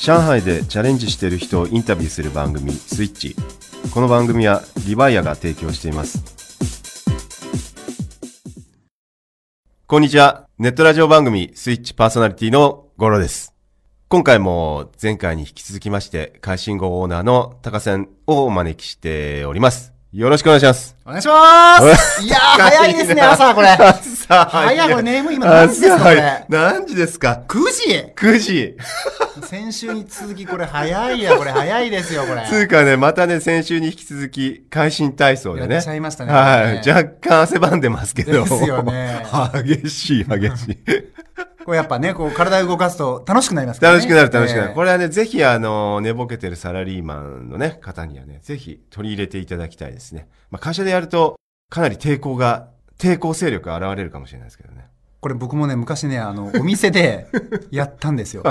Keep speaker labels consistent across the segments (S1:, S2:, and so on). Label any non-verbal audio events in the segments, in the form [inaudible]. S1: 上海でチャレンジしている人をインタビューする番組スイッチこの番組はリバイアが提供していますこんにちはネットラジオ番組スイッチパーソナリティのゴロです今回も前回に引き続きまして会心号オーナーの高千をお招きしておりますよろしくお願いします
S2: お願いしますいやー、早
S1: [laughs]
S2: いですね、朝、これ。
S1: 朝
S2: 早い、これ、ネーム今何時ですか、これ。
S1: 何時ですか
S2: 9時
S1: ?9 時
S2: 先週に続き、これ早いや、これ早いですよ、こ
S1: [laughs]
S2: れ。
S1: つうかね、またね、先週に引き続き、会心体操でね。
S2: やっちゃいましたね
S1: はい。
S2: これね
S1: 若干汗ばんでますけど。
S2: ですよね
S1: 激しい、激しい。
S2: これやっぱね、こう、体を動かすと楽しくなりますからね。
S1: [laughs] 楽しくなる、楽しくなる。こ
S2: れ。
S1: れはね、ぜひ、あの、寝ぼけてるサラリーマンのね、方にはね、ぜひ取り入れていただきたいですね。まあ、会社でやると、かなり抵抗が、抵抗勢力が現れるかもしれないですけどね。
S2: これ僕もね、昔ね、あの、お店でやったんですよ。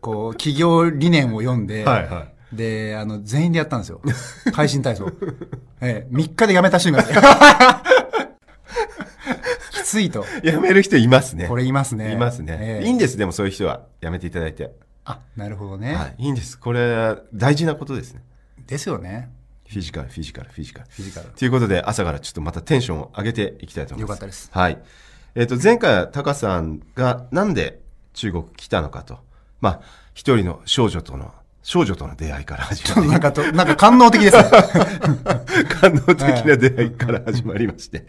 S2: こう、企業理念を読んで、
S1: はいは
S2: で、あの、全員でやったんですよ。会心
S1: [laughs]
S2: 体操。ええ、3日でやめた人がいてきついと。
S1: やめる人いますね。
S2: これいますね。
S1: いますね
S2: え。え
S1: いいんです、でもそういう人は。やめていただいて。
S2: あ、なるほどね。
S1: はい。いいんです。これ、大事なことですね。
S2: ですよね。
S1: フィジカル、フィジカル、フィジカル。
S2: フィジカル。
S1: ということで、朝からちょっとまたテンションを上げていきたいと思います。
S2: よかったです
S1: はい。えっ、と、前回はタカさんがなんで中国来たのかと。まあ、一人の少女との、少女との出会いから始まり、
S2: なんかと、なんか官能的
S1: [laughs]
S2: ですね。
S1: 感動的な出会いから始まりまして、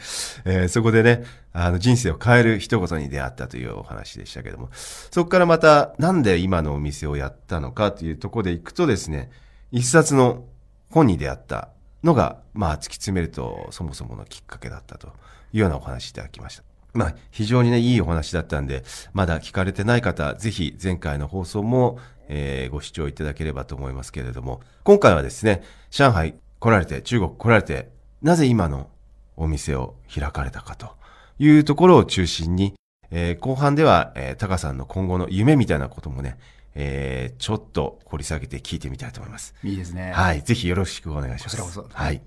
S1: えーそこでね、あの人生を変える一言に出会ったというお話でしたけども、そこからまたなんで今のお店をやったのかというところでいくとですね、一冊の本に出会ったのが、まあ突き詰めるとそもそものきっかけだったというようなお話いただきました。まあ、非常にね、いいお話だったんで、まだ聞かれてない方、ぜひ前回の放送も、えーご視聴いただければと思いますけれども、今回はですね、上海来られて、中国来られて、なぜ今のお店を開かれたかというところを中心に、えー後半では、えー、タカさんの今後の夢みたいなこともね、えーちょっと掘り下げて聞いてみたいと思います。
S2: いいですね。
S1: はい、ぜひよろしくお願いします。
S2: こちらこそ
S1: はい。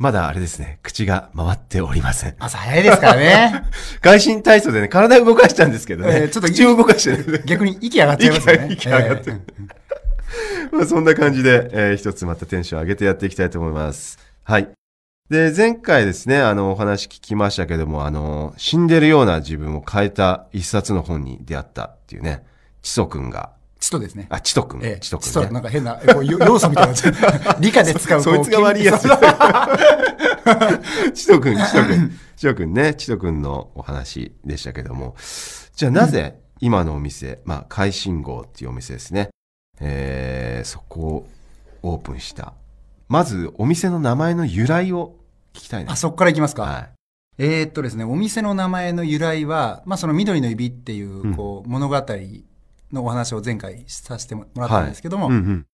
S1: まだあれですね、口が回っておりません。
S2: 朝早いですからね。
S1: 外心体操でね、体を動かしたんですけどね。
S2: えーちょっと
S1: 口を動かしてね。
S2: 逆に息上がっちゃいますよね。
S1: [laughs] 息上がってる [laughs] まあそんな感じで、えー一つまたテンション上げてやっていきたいと思います。はい。で、前回ですね、あの、お話聞きましたけども、あの、死んでるような自分を変えた一冊の本に出会ったっていうね、チソくんが、
S2: ちとですね。
S1: あ、チトくん、
S2: ええ、
S1: チ
S2: ち
S1: ト
S2: と
S1: くん、ね。
S2: なんか変な、こうよ要素みたい
S1: [laughs]
S2: なやつ。理科で使う。
S1: そいつが悪いやつ
S2: [laughs] こう筋
S1: [laughs]
S2: 肉
S1: チト君、チト君。チト君ね、チト君のお話でしたけども。じゃあなぜ今のお店、まあ、海信号っていうお店ですね。えー、そこをオープンした。まず、お店の名前の由来を聞きたいな
S2: あ、。そっからいきますか。
S1: は
S2: えーっとですね、お店の名前の由来は、まあその緑の指ってい
S1: うん
S2: う、こう、物語のお話を前回させてもらったんですけど
S1: い。
S2: も、
S1: うんうん。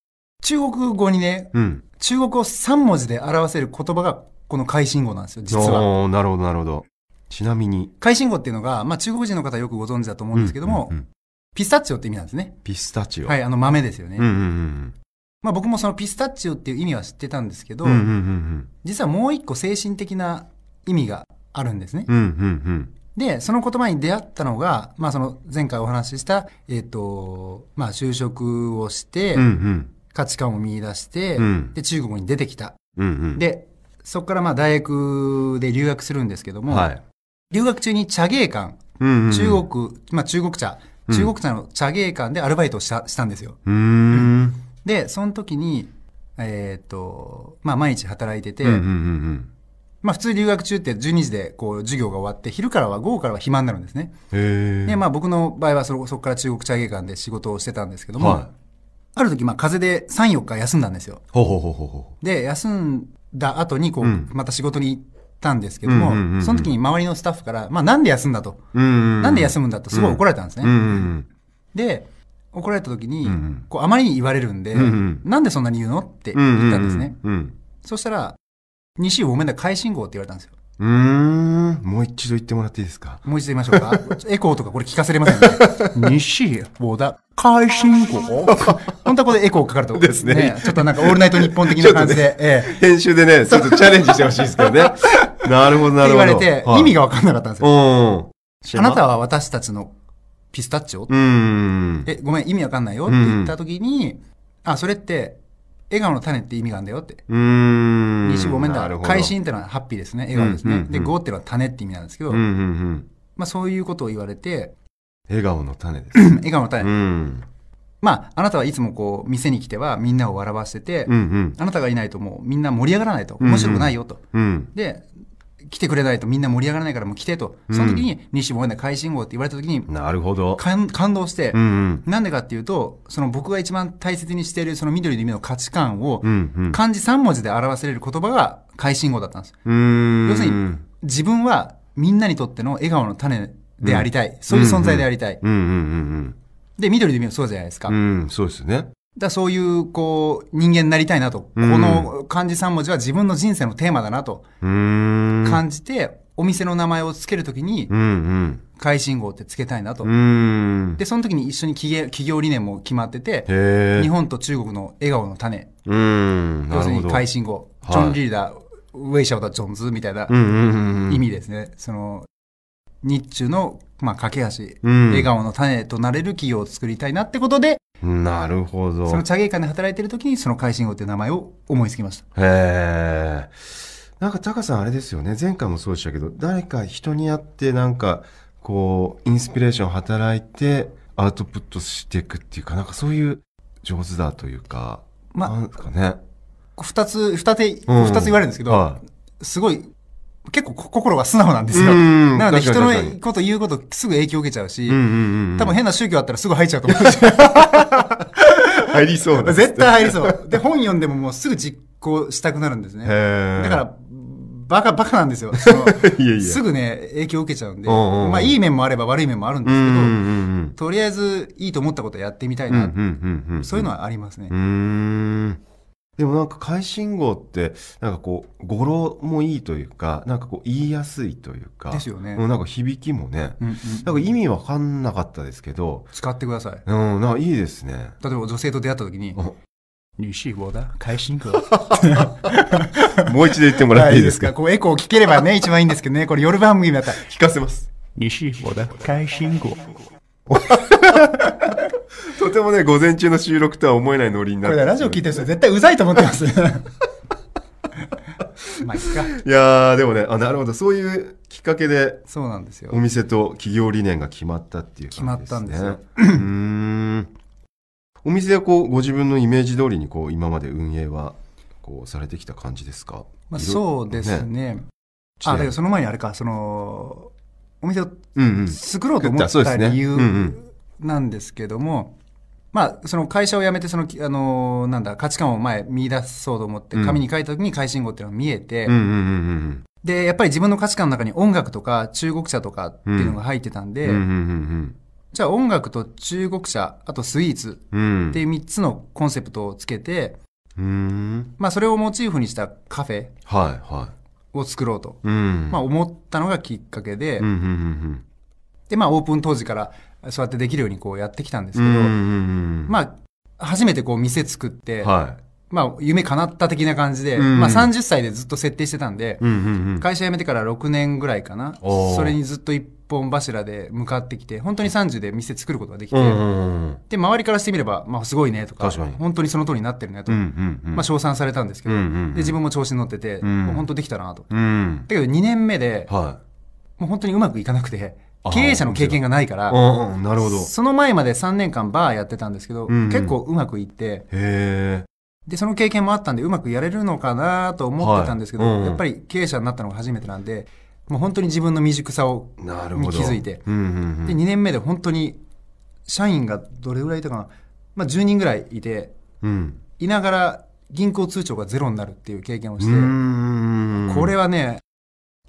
S2: 中国語にね、
S1: うん。
S2: 中国語3文字で表せる言葉が、この会心語なんですよ、実は。
S1: おーなるほど、なるほど。ちなみに、
S2: 海信号っていうのが、まあ、中国人の方よくご存知だと思うんですけど
S1: うん
S2: も、
S1: うんうん
S2: ピスタチオって意味なんですね。
S1: ピスタチオ。。
S2: はいい、あの豆ですよね。
S1: うんうんうん
S2: まあ、僕もそのピスタチオっていう意味は知ってたんですけど、
S1: うん。うんうん
S2: 実はもう一個精神的な意味があるんですね。
S1: うん。うんうん
S2: で、その言葉に出会ったのが、まあ、その前回お話しした、えっ、と、まあ、就職をして
S1: うん。うんう、ん。
S2: 価値観を見出して、
S1: うん
S2: で、中国に出てきた。
S1: うんうん。、
S2: で、そこからまあ、大学で留学するんですけども、
S1: はい。
S2: 留学中に茶芸館、
S1: うんうんうん
S2: 中。国、まあ中国茶、
S1: うん
S2: 中国茶の茶芸館でアルバイトをしたしたんですよ。
S1: うーん。
S2: で、その時に、えーっと、まあ毎日働いてて、
S1: うんうんうん
S2: まあ普通留学中って12時でこう授業が終わって、昼からは午後からは暇になるんですね。
S1: うん。へえ。
S2: で、まあ僕の場合はそこそこから中国茶芸館で仕事をしてたんですけども、
S1: はい。
S2: ある時まあ風邪で3、4日休んだんですよ。
S1: ほうほうほうほうほ
S2: で、休んだ後にこう、
S1: うん
S2: また仕事に行ったんですけども、
S1: うんうんうんうん
S2: その時に周りのスタッフから、まあなんで休んだと、
S1: う。うん
S2: なんで休むんだとすごい怒られたんですね。
S1: うんうん
S2: で怒られた時に、
S1: うんうん
S2: こうあまりに言われるんで、
S1: うんうん
S2: なんでそんなに言うのって
S1: うん。う
S2: 言ったんですね、。
S1: うん。
S2: そしたら「西おめで会信号」って言われたんですよ
S1: うーん。もう一度言ってもらっていいですか
S2: もう一度言いましょ
S1: [laughs]
S2: うかエコーとかこれ聞かせれませんね「西おだ会信
S1: [laughs]
S2: 号」本当はここでエコーかかると
S1: ですね
S2: ちょっとなんか「オールナイトニッポン」的な感じで、ええ
S1: 編集でね、ちょっとチャレンジしてほしいですけ
S2: [laughs]
S1: どね。なるほど、
S2: っ
S1: なるほ
S2: て言
S1: ど。
S2: われて、意味が分かんなかったんですよ、
S1: が。うん。
S2: あなたは私たちのピスタチオ、
S1: うん。
S2: え、ごめん、意味わかんないよって言った時に、あ、それって、笑顔の種って意味があるんだよって。
S1: うーん。
S2: 西ごめんだ
S1: なる。ほど
S2: 会心ってのはハッピーですね。笑顔です
S1: うんう
S2: ね
S1: ん。うん
S2: で、5ってのは種って意味なんですけど、
S1: うんうん
S2: ま
S1: うん。
S2: あそういうことを言われて、
S1: 笑顔の種です。
S2: 笑顔の
S1: う
S2: 種。
S1: ん。
S2: まあ、あなたはいつもこう、店に来てはみんなを笑わせて
S1: うんう、ん。
S2: あなたがいないともうみんな盛り上がらないと。
S1: うんうん
S2: 面白くないよと。
S1: うん。
S2: で、来てくれないとみんな盛り上がらないからもう来てと。その時に、西ごめんだ、会心号って言われた時に、
S1: なるほど。
S2: 感感動して
S1: う、んうん。
S2: なんでかっていうと、その僕が一番大切にしているその緑の意味の価値観を
S1: う、ん
S2: 漢字3文字で表せれる言葉が会心語だったんです。
S1: うん。
S2: 要するに、自分はみんなにとっての笑顔の種でありたい。そういう存在でありたい。
S1: うんうんうん
S2: で、緑の意味もそうじゃないですか。
S1: う
S2: だか
S1: ん。うん、そうですね。
S2: らそういう、こう、人間になりたいなと。
S1: うん
S2: この漢字3文字は自分の人生のテーマだなと
S1: うーん。
S2: 感じて、お店の名前をつけるときに
S1: う、ん
S2: 会心号ってつけたいなと
S1: うん。う。ーん。
S2: で、その時に一緒に企業企業理念も決まってて、
S1: へえ。
S2: 日本と中国の笑顔の種
S1: うーん。
S2: 要
S1: な
S2: す
S1: る
S2: る
S1: ほ
S2: に
S1: ど。
S2: 会心語、
S1: はい
S2: ジョン・リーダー、ウェイシャオだ、ジョンズみたいな
S1: うんうんうんうん。
S2: 意味ですね。その日中の、まあ、架け橋、
S1: うん
S2: 笑顔の種となれる企業を作りたいなってことで、
S1: なるほど。
S2: その茶芸館で働いてる時に、その会心語っていう名前を思いつきまし
S1: へ
S2: た。
S1: え。なんか、タカさんあれですよね。前回もそうでしたけど、誰か人に会って、なんか、こう、インスピレーション働いて、アウトプットしていくっていうか、なんかそういう上手だというか、
S2: まあ
S1: なんですかね。
S2: 二つ、二手、
S1: うん
S2: 二つ言われるんですけど、
S1: はい
S2: すごい、結構こ心が素直なんですよ。
S1: うん
S2: なので
S1: 確
S2: 人
S1: かに
S2: の
S1: 確かに
S2: こと言うことすぐ影響受けちゃうし、
S1: うんうんうん。
S2: 多分変な宗教あったらすぐ入っちゃうと思うんですよ。
S1: 入り [laughs] そうな。へ
S2: 絶対入りそう。で、本読んでももうすぐ実行したくなるんですね。
S1: え。
S2: だから、バカバカなんですよ。そ
S1: [laughs]
S2: の
S1: いやいや
S2: すぐね、影響を受けちゃうんで、
S1: うんうんうん
S2: まあ、いい面もあれば悪い面もあるんで
S1: う
S2: す
S1: ん
S2: け
S1: う
S2: ど、
S1: んうん
S2: とりあえずいいと思ったことやってみたい
S1: うん。うん
S2: な、
S1: うんうんうん。
S2: そういうのはありますね。
S1: うーん。でもなんか、会心号って、なんかこう、語呂もいいというか、なんかこう、言いやすいというか。
S2: ですよね
S1: うんなんか響きもね。
S2: うんうん
S1: なんか意味わかんなかったですけど、
S2: 使ってください。
S1: うん、なんかいいですね。 [laughs]
S2: 例えば女性と出会った時に、
S1: お
S2: 女子をだ、会心
S1: [laughs]
S2: 語。
S1: もう一度言ってもらっていいです [laughs] か
S2: こうエコー聞ければね、一番いいんですけどね、これ夜番組だったら、
S1: 聞かせます。
S2: 西をだ、会心語。
S1: とてもね、午前中の収録とは思えないノリにな
S2: こ
S1: っ
S2: れ
S1: て。
S2: ねラジオ聞いてる人絶対うざいと思ってます。 [laughs] まあ、いっか。
S1: いやー、でもね、あ、なるほど。そういうきっかけで、
S2: そうなんですよ
S1: お。店と企業理念が決まったっていう感じです、ね。
S2: 決
S1: た
S2: まっ
S1: んですよ。ん。お店はこう、ご自分のイメージ通りに、こう、今まで運営は、こう、されてきた感じですか
S2: まあ、
S1: いろ
S2: そうですね。あ、だけどその前にあれか、その、お店を
S1: うんうん。
S2: 作ろうと思っ
S1: 作ったそ
S2: た
S1: うですね
S2: 理
S1: うんう
S2: 由
S1: ん
S2: なんですけども、まあ、その会社を辞めて、その、あの、なんだ、価値観を前見出そうと思って、
S1: うん
S2: 紙に書いた時に会心号っていうのが見えて、
S1: うんうんうん
S2: で、やっぱり自分の価値観の中に音楽とか中国茶とかっていうのが入ってたん
S1: うん。
S2: で、
S1: うんうんうん
S2: じゃあ音楽と中国茶、あとスイーツ
S1: うん。
S2: っていう3つのコンセプトをつけて、
S1: うーん。
S2: まあ、それをモチーフにしたカフェ
S1: はいは
S2: を作ろうと、
S1: い。うん。
S2: まあ、思ったのがきっかけで、
S1: うんうんうん
S2: で、まあ、オープン当時から、そうやってできるようにこうやってきたんです
S1: う
S2: けど、
S1: ん。うんうんうん。
S2: まあ、初めてこう店作って、
S1: は
S2: まあ、夢叶った的な感じで、
S1: うん
S2: まあ、30歳でずっと設定してたんで
S1: い。、うんうんうん。
S2: 会社辞めてから6年ぐらいかな。
S1: おー
S2: それにずっと一本柱で向かってきて、本当に30で店作ることができて、
S1: うんうんうん。
S2: で、周りからしてみれば、まあ、すごいねとか、
S1: 確かに
S2: 本当にその通りになってるねと、
S1: うんうんうん。
S2: まあ、称賛されたんですけど、
S1: うんうんうん
S2: で、自分も調子に乗ってて、
S1: ん
S2: もう本当できたなと。だ
S1: うん。
S2: けど、2年目で、
S1: は
S2: もう本当にうまくいかなくて
S1: あ、ー
S2: 経営者の経験がないから
S1: い。、うんうん。なるほど。へ
S2: その前まで3年間バーやってたんですけど、
S1: うんうん
S2: 結構うまくいって、
S1: え。
S2: で、その経験もあったんで、うまくやれるのかなと思ってたんですけど、
S1: はいうんうん
S2: やっぱり経営者になったのが初めてなんで、もう本当に自分の未熟さを、
S1: なるほど。
S2: に気づいて
S1: うんうんう
S2: で、
S1: ん。
S2: 2年目で本当に、社員がどれぐらいいたかな、まあ10人ぐらいいて、
S1: うん。
S2: いながら銀行通帳がゼロになるっていう経験を
S1: う
S2: して、
S1: ん。
S2: これはね、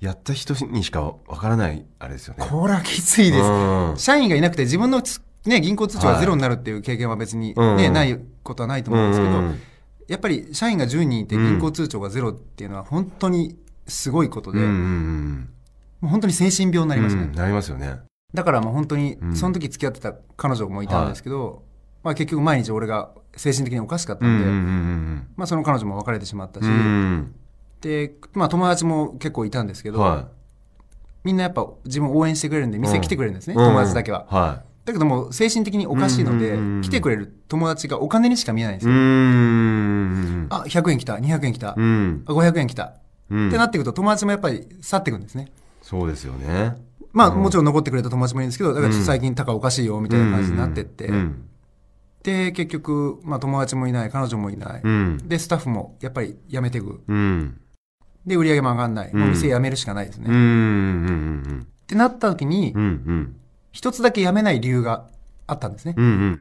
S1: やった人にしかわからない、あれですよね。
S2: これはきついです。
S1: うん
S2: 社員がいなくて自分のつ、ね、銀行通帳がゼロになるっていう経験は別に、ね
S1: はいうんうん
S2: ないことはないと思うんですけど、
S1: うんうん
S2: やっぱり社員が10人いて銀行通帳がゼロっていうのは本当にすごいことで、
S1: うんう
S2: も
S1: ん
S2: う本当に精神病にな
S1: う
S2: り
S1: ん。
S2: ますね、
S1: うんなりますよね。
S2: だからもう本当に
S1: うん
S2: その時付き合ってた彼女もいたんですけど、まあ、結局毎日俺が精神的におかしかった
S1: うんん
S2: で、
S1: うんうん
S2: まあ、その彼女も別れてしまったし、
S1: うん。うん。
S2: でまあ、友達も結構いたんですけど、
S1: は
S2: みんなやっぱ自分を応援してくれるんで店来てくれるんです
S1: い。
S2: ね、友達だけは、
S1: は
S2: だけどもう精神的におかしいので、
S1: うんうんうんうん
S2: 来てくれる友達がお金にしか見えないんです
S1: う
S2: よ。
S1: ん。
S2: あ、100円来た、200円来た、あ
S1: うん。
S2: 500円来た、
S1: うん
S2: ってなってくると友達もやっぱり去ってくんですね。
S1: そうですよね。
S2: まあ、もちろん残ってくれた友達もいるんですけど、だからちょっと最近高おかしいよみたいな感じになってって、
S1: うん。
S2: で、結局、まあ友達もいない、彼女もいない、
S1: うん。
S2: で、スタッフもやっぱり辞めてく。
S1: うん。
S2: で、売り上げも上がんない。
S1: ん
S2: もう店辞めるしかないですね。
S1: うん。う
S2: っ
S1: ん。
S2: てなった時に
S1: うん。う、ん。
S2: 一つだけ辞めない理由があったんですね。
S1: うん。うん。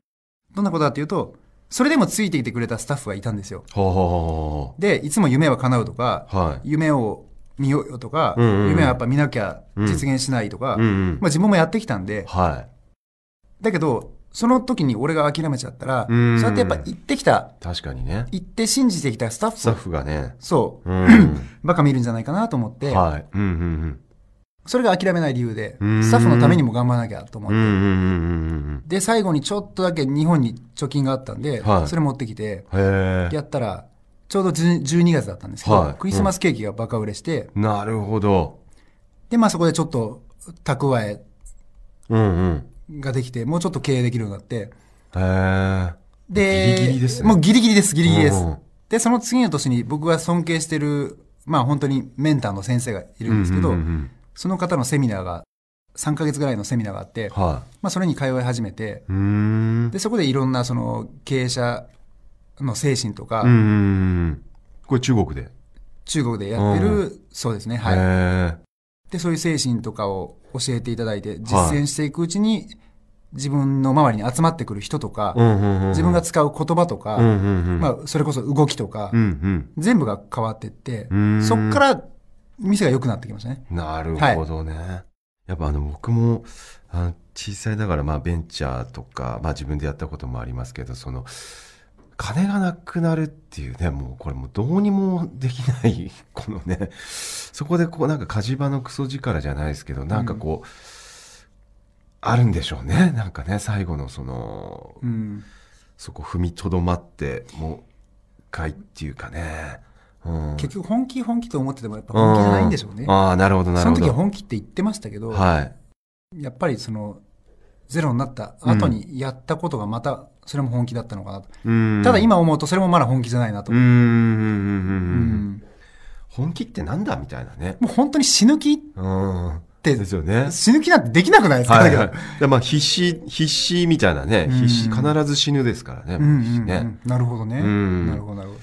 S2: どんなことだっていうと、それでもついてきてくれたスタッフがいたんですよ。
S1: ほうほ
S2: で、いつも夢は叶うとか
S1: う、ほう。はい。
S2: 夢を見ようよとか、
S1: うんうんうん
S2: 夢はやっぱ見なきゃ実現しないとか、
S1: うん。うん。
S2: まあ自分もやってきたんで、
S1: は
S2: だけど、その時に俺が諦めちゃったら、
S1: うん
S2: そうやってやっぱ行ってきた、
S1: い。確かにね。
S2: 行って信じてきたスタ
S1: スタ
S2: ッ
S1: ッ
S2: フ、
S1: フがね。
S2: そう
S1: ん。
S2: う、バカ見るんじゃないかなと思って、
S1: はい。うん。うん。
S2: それが諦めない理由で、
S1: うん
S2: スタッフのためにも頑張らなきゃと思っ
S1: うん。う
S2: て、
S1: ん。うん。
S2: で、最後にちょっとだけ日本に貯金があったんで、
S1: はい
S2: それ持ってきて、
S1: うん。へえ。
S2: やったら、ちょうど10 12月だったんですけど、
S1: はい
S2: クリスマスケーキがバカ売れして、
S1: なるほど。
S2: で、まあそこでちょっと蓄え
S1: うん。うん。
S2: ができて、もうちょっと経営できるようになって、
S1: へえ。
S2: で、
S1: ギリギリですね。
S2: もうギリギリです、ギリギリです。
S1: うん
S2: で、その次の年に僕が尊敬してる、まあ本当にメンターの先生がいるんですけど、
S1: うんうんうん
S2: その方のセミナーが、3ヶ月ぐらいのセミナーがあって、
S1: うんは
S2: まあそれに通い始めて、
S1: い。うーん。
S2: で、そこでいろんなその経営者の精神とか、
S1: うんうんうんうん。これ中国で。
S2: 中国でやってる、そうですね、はい。
S1: へ
S2: で、そういう精神とかを教えていただいて、実践していくうちに、自分の周りに集まってくる人とか
S1: え。う、んうんうん。
S2: 自分が使う言葉とか、
S1: うんうんうん。
S2: まあ、それこそ動きとか、
S1: うん
S2: 全部が変わってって
S1: う、ん。
S2: そっから店が良くなってきましたね。
S1: ら。なるほどね。やっぱあの、僕も、あの小さいながら、まあ、ベンチャーとか、まあ、自分でやったこともありますけど、その、金がなくなるっていうね、もうこれもうどうにもできない、このね、そこでこうなんか火事場のクソ力じゃないですけど、なんかこう、あるんでしょうね。なんかね、最後のその、
S2: うん。
S1: そこ踏みとどまって、もう一回っていうかね。うん、
S2: 結局、本気本気と思ってても、やっぱ本気じゃないんでしょうね
S1: うん。ああ、なるほど、な
S2: そ
S1: る
S2: の
S1: ほど。
S2: 時は本気って言ってましたけど、
S1: はい。
S2: やっぱりその、ゼロになった後にやったことがまた、それも本気だったのかなと。
S1: うん
S2: ただ、今思うと、それもまだ本気じゃないなと。
S1: うんうんうんうん
S2: う
S1: うん、
S2: ん
S1: 本気ってなんだみたいなね。
S2: もう本当に死ぬ気っ
S1: うん。
S2: て
S1: で、すよね。
S2: 死ぬ気なんてできなくないですか、
S1: はい、
S2: だ
S1: は
S2: け
S1: い
S2: ど。。
S1: でまあ、必死、必死みたいなね。
S2: うん
S1: 必死、必ず死ぬですからね。
S2: うんうんうん
S1: ね
S2: なるほどね。
S1: うん
S2: なるほど、なるほ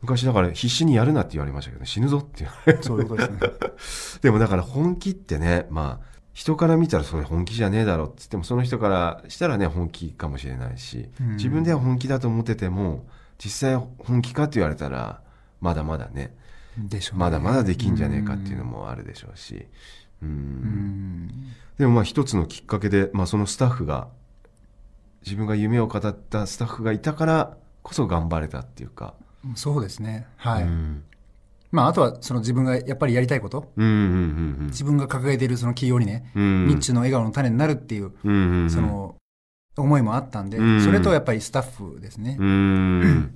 S1: 昔だから必死にやるなって言われましたけど、死ぬぞって言われ
S2: ど。そういうことですね。
S1: [laughs] でもだから本気ってね、まあ、人から見たらそれ本気じゃねえだろって言っても、その人からしたらね、本気かもしれないし、
S2: うん
S1: 自分では本気だと思ってても、実際本気かって言われたら、まだまだね、
S2: でしょうね
S1: まだまだできんじゃねえかっていうのもあるでしょうし、うん
S2: うん
S1: でもまあ一つのきっかけで、まあそのスタッフが、自分が夢を語ったスタッフがいたからこそ頑張れたっていうか、
S2: そうですね。はい。
S1: うん
S2: まあ、あとは、その自分がやっぱりやりたいこと、
S1: うんうん
S2: 自分が掲げているその企業にね、
S1: うんうん。
S2: 日中の笑顔の種になるっていう、
S1: うんうんうん
S2: その、思いもあったんで
S1: うん、
S2: それとやっぱりスタッフですね
S1: う。ーん。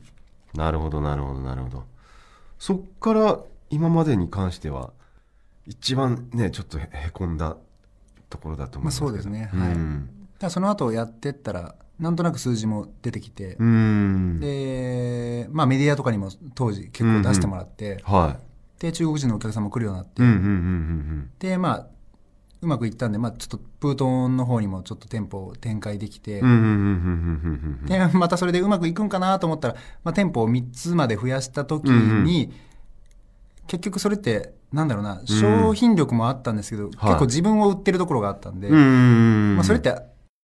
S1: なるほど、なるほど、なるほど。そっから今までに関しては、一番ね、ちょっとへへこんだところだと思いますけど。
S2: まあそうですねはい
S1: うん。
S2: だからその後やってったら、なんとなく数字も出てきて
S1: う、ん
S2: で、まあメディアとかにも当時結構出してもらって、
S1: は
S2: で、中国人のお客さんも来るようになっ
S1: い。
S2: て
S1: うん、うんうんうん
S2: で、まあ、うまくいったんで、まあちょっとプートンの方にもちょっと店舗を展開できて
S1: うん。うん、うんうんうんうんうんうん。
S2: でまたそれでうまくいくんかなと思ったら、まあ、店舗を3つまで増やした時に、結局それってなんだろうな商品力もあったんですけど、結構自分を売ってるところがあったんで、
S1: うんうんうん。
S2: まあ、それって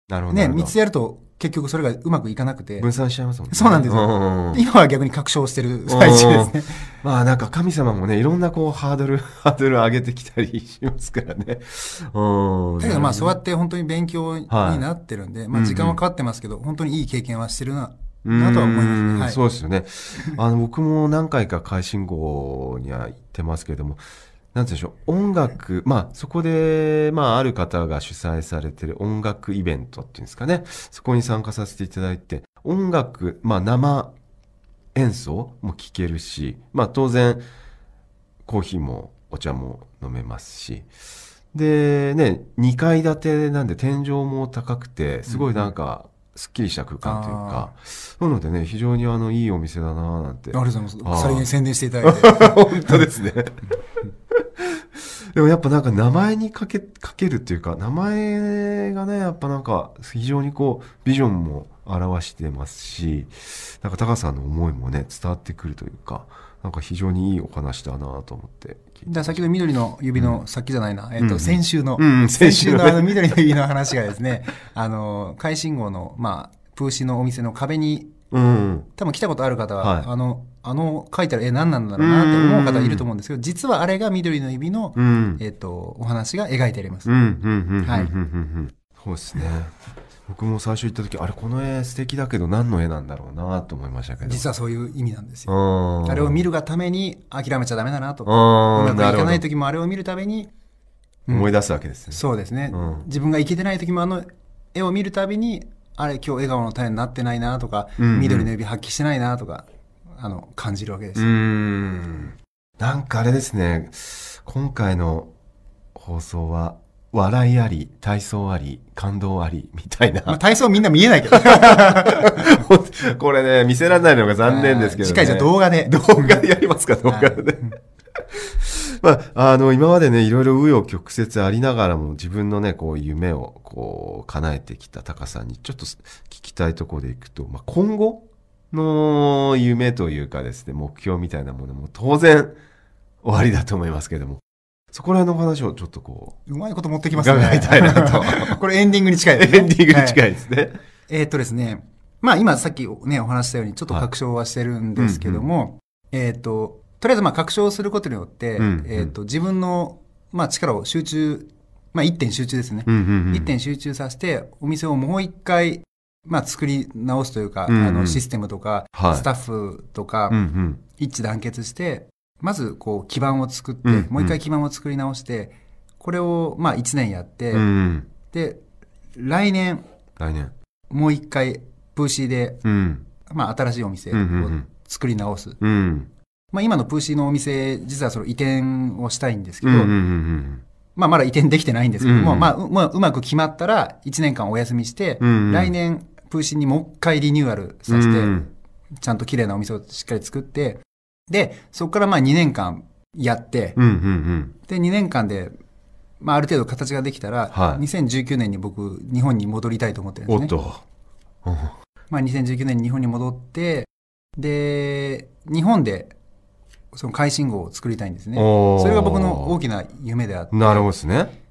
S1: なるほど、な
S2: ね
S1: るほ
S2: 3
S1: ど
S2: つやると結局それがうまくいかなくて
S1: 分散しちゃいますもんね。
S2: そうなんですよ
S1: よ
S2: 今は逆に確証してる最中ですね。
S1: まあなんか神様もね、いろんなこうハードル、ハードル上げてきたりしますからね。うん。
S2: だけどまあ
S1: なるほ
S2: そうやって本当に勉強になってるんで、まあ時間はかかってますけど、本当にいい経験はしてるな、なとは思います
S1: う
S2: ね。
S1: ん
S2: はい、
S1: そうですよね。あの、僕も何回か会心号には行ってますけれども、なんて言うんでしょう、音楽、まあ、そこで、まあ、ある方が主催されてる音楽イベントっていうんですかね、そこに参加させていただいて、音楽、まあ、生演奏も聴けるし、まあ、当然、コーヒーもお茶も飲めますし、でね2階建てなんで天井も高くてすごいなんかすっきりした空間というか、そういうのでね非常にあのいいお店だななんて
S2: ありがとうございま
S1: あー
S2: す。さりげに宣伝していた
S1: [laughs]
S2: だいて。
S1: 本当ですね。 [laughs] でもやっぱなんか名前にかけかけるっていうか名前がねやっぱなんか非常にこうビジョンも表してますしなんか高さんの思いもね伝わってくるというかなんか非常にいいお話だなと思って聞いて
S2: だ先ほど緑の指の先じゃないな、えっ
S1: う
S2: と
S1: ん
S2: 先週の、
S1: うんうん先
S2: 先
S1: 週
S2: 週
S1: の
S2: の
S1: ね
S2: あの緑の指の話がですね [laughs] あの海信号のまあプーシーのお店の壁に
S1: うん
S2: 多分来たことある方は、
S1: はい
S2: あのあの書いたらえ何なんだろうなって思う方いると思うんですけど実はあれが緑の指の、
S1: うん
S2: えっとお話が描いてあります、
S1: うんうんうんうんうんうんうん
S2: はい
S1: そうですね僕も最初行った時あれこの絵素敵だけど何の絵なんだろうなと思いましたけど
S2: 実はそういう意味なんですよ、
S1: は
S2: あれを見
S1: る
S2: るがために諦めちゃダメだなと、う
S1: ああ
S2: まくい
S1: なる
S2: か
S1: ほ
S2: ない
S1: ど
S2: 時もあれを見るためにうん
S1: 思い出すわけですね
S2: そうですね、
S1: うん
S2: 自分がいけてない時もあの絵を見るたびにあれ今日笑顔の種になってないなとか、
S1: うんうん
S2: 緑の指発揮してないなとかあの感じるわけです
S1: うー
S2: よ、
S1: ん。なんかあれですね、今回の放送は、笑いあり、体操あり、感動あり、みたいな。
S2: [laughs] まあ、体操みんな見えないけど
S1: これね、見せられないのが [laughs] 残念ですけど、ね。
S2: 次回じゃあ動画で
S1: 動画でやりますか、動画で。
S2: はい
S1: まあ、あの、今までね、いろいろ紆余曲折ありながらも、自分のね、こう、夢を、こう、叶えてきたタカさんに、ちょっと聞きたいところでいくと、まあ、今後の夢というかですね、目標みたいなものも、当然、終わりだと思いますけども、そこら辺のお話をちょっとこう、
S2: うまいこと持ってきますね
S1: 伺いたいなと
S2: [laughs] これエンディングに近い
S1: エ
S2: ですね
S1: ンディングに
S2: は
S1: 近いですね。
S2: えーっとですねまあ今さっきねお話ししたようにちょっと確証はしてるんですけども、えーっととりあえずまあ確証することによって、
S1: うんうん
S2: えーっと自分の、まあ、力を集中まあ一点集中ですね、
S1: うんうんうん
S2: 一点集中させてお店をもう一回、まあ、作り直すというか、
S1: うんうん
S2: あのシステムとか、
S1: はい
S2: スタッフとか、
S1: うんうん。
S2: 一致団結してまずこう基盤を作って、
S1: うんうん
S2: もう一回基盤を作り直してこれをまあ1年やって、
S1: うんうん。
S2: で来年
S1: 来年。
S2: もう一回プーシーで、
S1: うん。
S2: まあ、新しいお店を
S1: うんうんうん
S2: 作り直す、
S1: うん。
S2: まあ、今のプーシーのお店実はその移転をしたいんですけ
S1: うんう
S2: ど、
S1: んうんうん。
S2: まあ、まだ移転できてないんですけども、
S1: うん
S2: まあうまあ、うまく決まったら1年間お休みして、
S1: うんうん
S2: 来年プーシンにもう一回リニューアルさせて、
S1: うん
S2: ちゃんと綺麗なお店をしっかり作ってでそこからまあ2年間やって、
S1: うんうんうん。
S2: で2年間で、まあ、ある程度形ができたら、
S1: はい
S2: 2019年に僕日本に戻りたいと思ってるんで
S1: お
S2: す
S1: っ
S2: ね、
S1: と。うん
S2: まあ、2019年に日本に戻ってで日本でその快信号を作りたいんですね
S1: おー
S2: それが僕の大きな夢であって
S1: なるほどですね。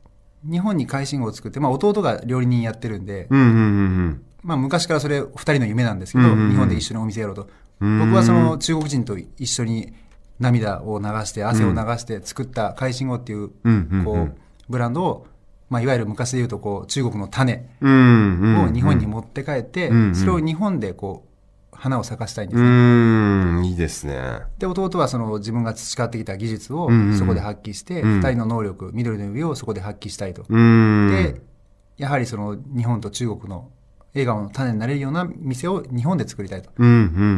S2: 日本に快信号を作って、まあ、弟が料理人やってるんで、
S1: うんうん
S2: まあ、昔からそれ2人の夢なんですけど、
S1: うんうんうん
S2: 日本で一緒にお店やろうと
S1: うんうん。
S2: 僕はその中国人と一緒に涙を流して汗を流して作った快信号っていう,、
S1: うんうんうん
S2: こうブランドを、まあ、いわゆる昔で言うとこう中国の種
S1: うんうんうん、
S2: を日本に持って帰って、
S1: うんうん
S2: それを日本でこう花を咲かしたいんで
S1: う
S2: すね。
S1: ーん、いいですね。
S2: で弟はその自分が培ってきた技術を
S1: うんうんうん
S2: そこで発揮して、
S1: うん
S2: 2人の能力緑の指をそこで発揮したいと
S1: うーん。
S2: で、やはりその日本と中国の笑顔の種になれるような店を日本で作りたいと。
S1: うんう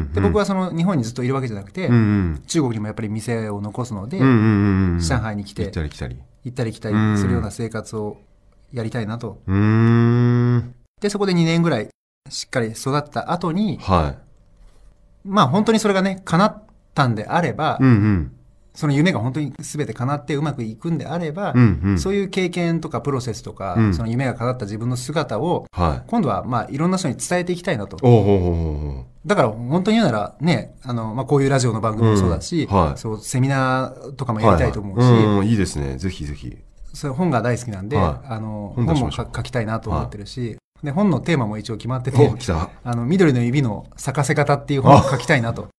S1: ん。
S2: で、僕
S1: は、
S2: はその日本にずっといるわけじゃなくて、
S1: うんうん。
S2: 中国にもやっぱり店を残すので、
S1: うんうんうんうん。
S2: 上海に来て
S1: 行ったり来たり。
S2: 行ったり来たりするような生活をやりたいなと。
S1: うーん。
S2: で、そこで2年ぐらいしっかり育った後に、
S1: は
S2: まあ本当にそれがね、叶ったんであれば、
S1: い。うんうん。
S2: その夢が本当に全て叶ってうまくいくんであれば、
S1: うんうん。
S2: そういう経験とかプロセスとか、
S1: うん
S2: その夢が叶った自分の姿を、
S1: はい。
S2: 今度はまあいろんな人に伝えていきたいなと。
S1: おうおうおうおう
S2: だから本当に言うならね、あの、まあ、こういうラジオの番組もそうだし、
S1: うんはい
S2: そう、セミナーとかもやりたいと思うし、
S1: はいはいうん、いいですね。ぜひぜひ。
S2: それ本が大好きなんで、
S1: はい
S2: あの、
S1: 本
S2: 本
S1: 出しま
S2: も
S1: しょう
S2: か書きたいなと思ってるし、で、本のテーマも一応決まってて
S1: お、、来
S2: [laughs]
S1: た。
S2: あの、緑の指の咲かせ方っていう本を書きたいなと。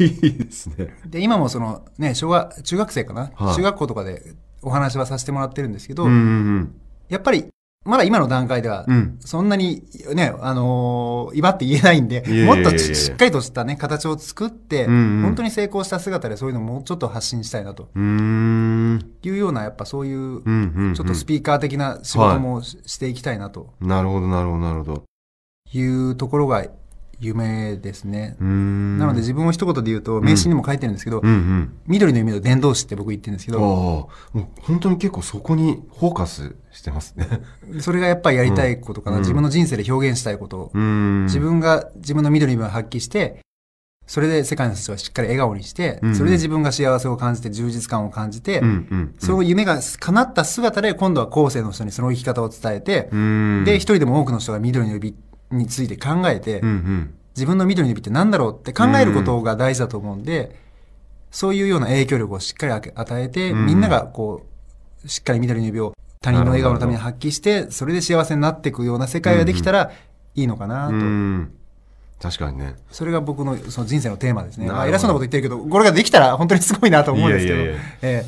S1: いいですね。
S2: で、今もその、ね、小学、中学生かな、
S1: はい
S2: 中学校とかでお話はさせてもらってるんですけど、
S1: うんうん
S2: やっぱり、まだ今の段階では
S1: うん。う、ん。
S2: そんなにね、あのー威張って言えないんで
S1: いえいえいえいえ、
S2: もっとちしっかりとしたね、形を作って、
S1: うんうん
S2: 本当に成功した姿でそういうのをもうちょっと発信したいなと
S1: うーん。
S2: いうような、やっぱそういう
S1: う、んうんうん。
S2: ちょっとスピーカー的な仕事もししていきたいなと
S1: なるほど、なるほど、なるほど。
S2: いうところが夢ですね。
S1: うん
S2: なので自分を一言で言うと、名刺にも書いてるんですけど、
S1: うんうん
S2: 緑の夢の伝道師って僕言ってるんですけ
S1: ああ
S2: ど、
S1: もう本当に結構そこにフォーカスしてます
S2: [laughs]
S1: ね
S2: それがやっぱりやりたいことかな、自分の人生で表現したいことを、
S1: うん
S2: 自分が自分の緑の夢を発揮して、それで世界の人たちはしっかり笑顔にして、
S1: うんうん
S2: それで自分が幸せを感じて、充実感を感じて、
S1: うんうん
S2: その夢が叶った姿で、今度は後世の人にその生き方を伝えて、
S1: うん
S2: で、一人でも多くの人が緑の指について考えて、
S1: うんうん
S2: 自分の緑の指って何だろうって考えることが大事だと思うんで、そういうような影響力をしっかりあけ与えて、
S1: うん
S2: みんながこう、しっかり緑の指を他人の笑顔のために発揮して、それで幸せになっていくような世界ができたらいいのかな
S1: う
S2: と。
S1: ん確かにね
S2: それが僕のその人生のテーマですね。
S1: なるほど
S2: まあ、偉そうなこと言ってるけど、これができたら本当にすごいなと思うんですけど、
S1: いやいやいや
S2: ええ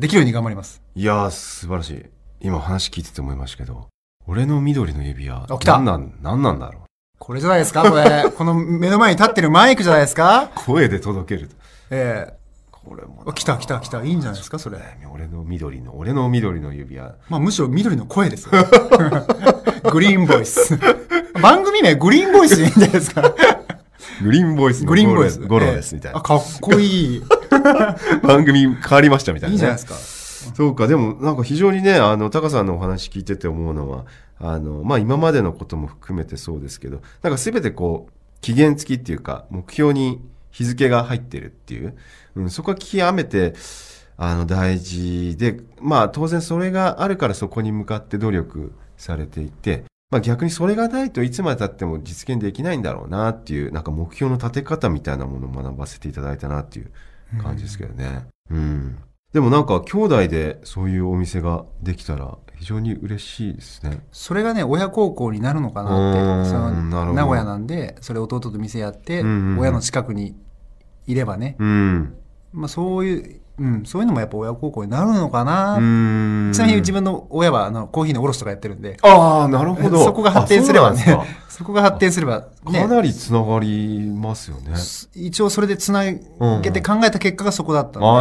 S2: できるように頑張ります。
S1: いやー素晴らしい今話聞いてて思いましたけど俺の緑の指輪
S2: あ来た
S1: 何なん何なんだろう
S2: これじゃないですか
S1: [laughs]
S2: これ。この目の前に立ってるマイクじゃないですか
S1: 声で届けると
S2: ええ
S1: これも
S2: あ来た来た来た。いいんじゃないですかそれ。
S1: 俺の緑の俺の緑の指輪
S2: まあ、むしろ緑の
S1: [laughs]
S2: 声ですよ。グリーンボイス。番組名グリーンボイスでいいんじゃないですか
S1: グリーンボイスの
S2: グリーンボイス。
S1: ゴロですみたい
S2: ええあ、
S1: な
S2: かっこ
S1: [laughs]
S2: いい。
S1: 番組変わりましたみたいな、ね、
S2: いいじゃないです
S1: [laughs] そうか、でもなんか非常にね、あの、タカさんのお話聞いてて思うのは、あの、まあ今までのことも含めてそうですけど、なんか全てこう、期限付きっていうか、目標に日付が入ってるっていう、うん、そこは極めて、あの、大事で、まあ当然それがあるからそこに向かって努力されていて、まあ逆にそれがないといつまで経っても実現できないんだろうなっていう、なんか目標の立て方みたいなものを学ばせていただいたなっていう
S2: うん
S1: 感じですけどね。うん。でもなんか兄弟でそういうお店ができたら非常に嬉しいですね。
S2: それがね、親孝行になるのかなって。
S1: うーん
S2: その
S1: なるほど
S2: 名古屋なんで、それ弟と店やって、
S1: うんうんうん
S2: 親の近くにいればね、
S1: うん。
S2: まあ、そういう、うん、そういうのもやっぱ親孝行になるのかな、
S1: うん。
S2: ちなみに自
S1: 分。
S2: 分の親はあのコーヒーの卸とかやってるんで、
S1: ああ、なるほど。
S2: そこが発展すればね
S1: あそうなんで、
S2: そこが発展すれば、
S1: すか
S2: ね
S1: か、なりつながりますよね。
S2: 一応それでつなげて考えた結果がそこだったんで、
S1: あ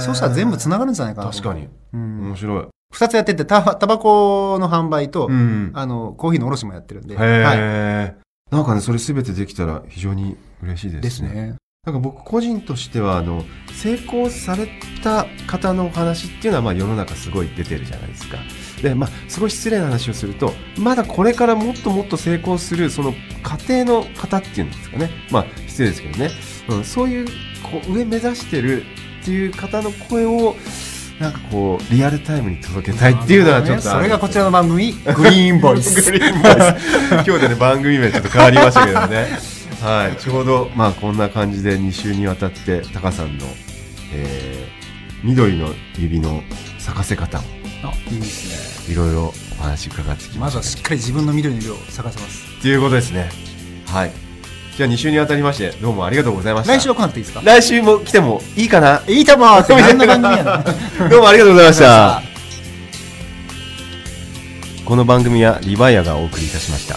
S1: ー
S2: そうしたら全部つながるんじゃないかなと
S1: 確かに。
S2: うん、
S1: 面白い。
S2: 2つやっててタバタバコの販売と、
S1: うん。
S2: あのコーヒーの卸もやってるんで、
S1: へ
S2: は
S1: え。なんかね、それ全てできたら非常に嬉しい
S2: い、
S1: で
S2: ですす
S1: ね。
S2: ね
S1: なんか僕個人としてはあの成功された方のお話っていうのはまあ世の中すごい出てるじゃないですか。でまあすごい失礼な話をするとまだこれからもっともっと成功するその過程の方っていうんですかねまあ失礼ですけどね、うん、そういうこう上目指してるっていう方の声をなんかこうリアルタイムに届けたいっていうのはちょっと
S2: そ
S1: あるんですよ
S2: れがこちらの
S1: [laughs]
S2: 番組グリーンボイス
S1: グリーンボイス今日でね番組名ちょっと変わりましたけどねはいちょうどまあこんな感じで2週にわたってタカさんの、えー緑の指の咲かせ方を
S2: あいいですね
S1: いろいろお話伺ってきま
S2: ま
S1: した
S2: ずはしっかり自分の緑の色を探せます
S1: ということですねはいじゃあ2週にわたりましてどうもありがとうございました
S2: 来週は来なくていいですか [laughs]
S1: 来週も来てもいいかない
S2: いともって何の番組やねん
S1: どうもありがとうございました。この番組はリバイアがお送りいたしました。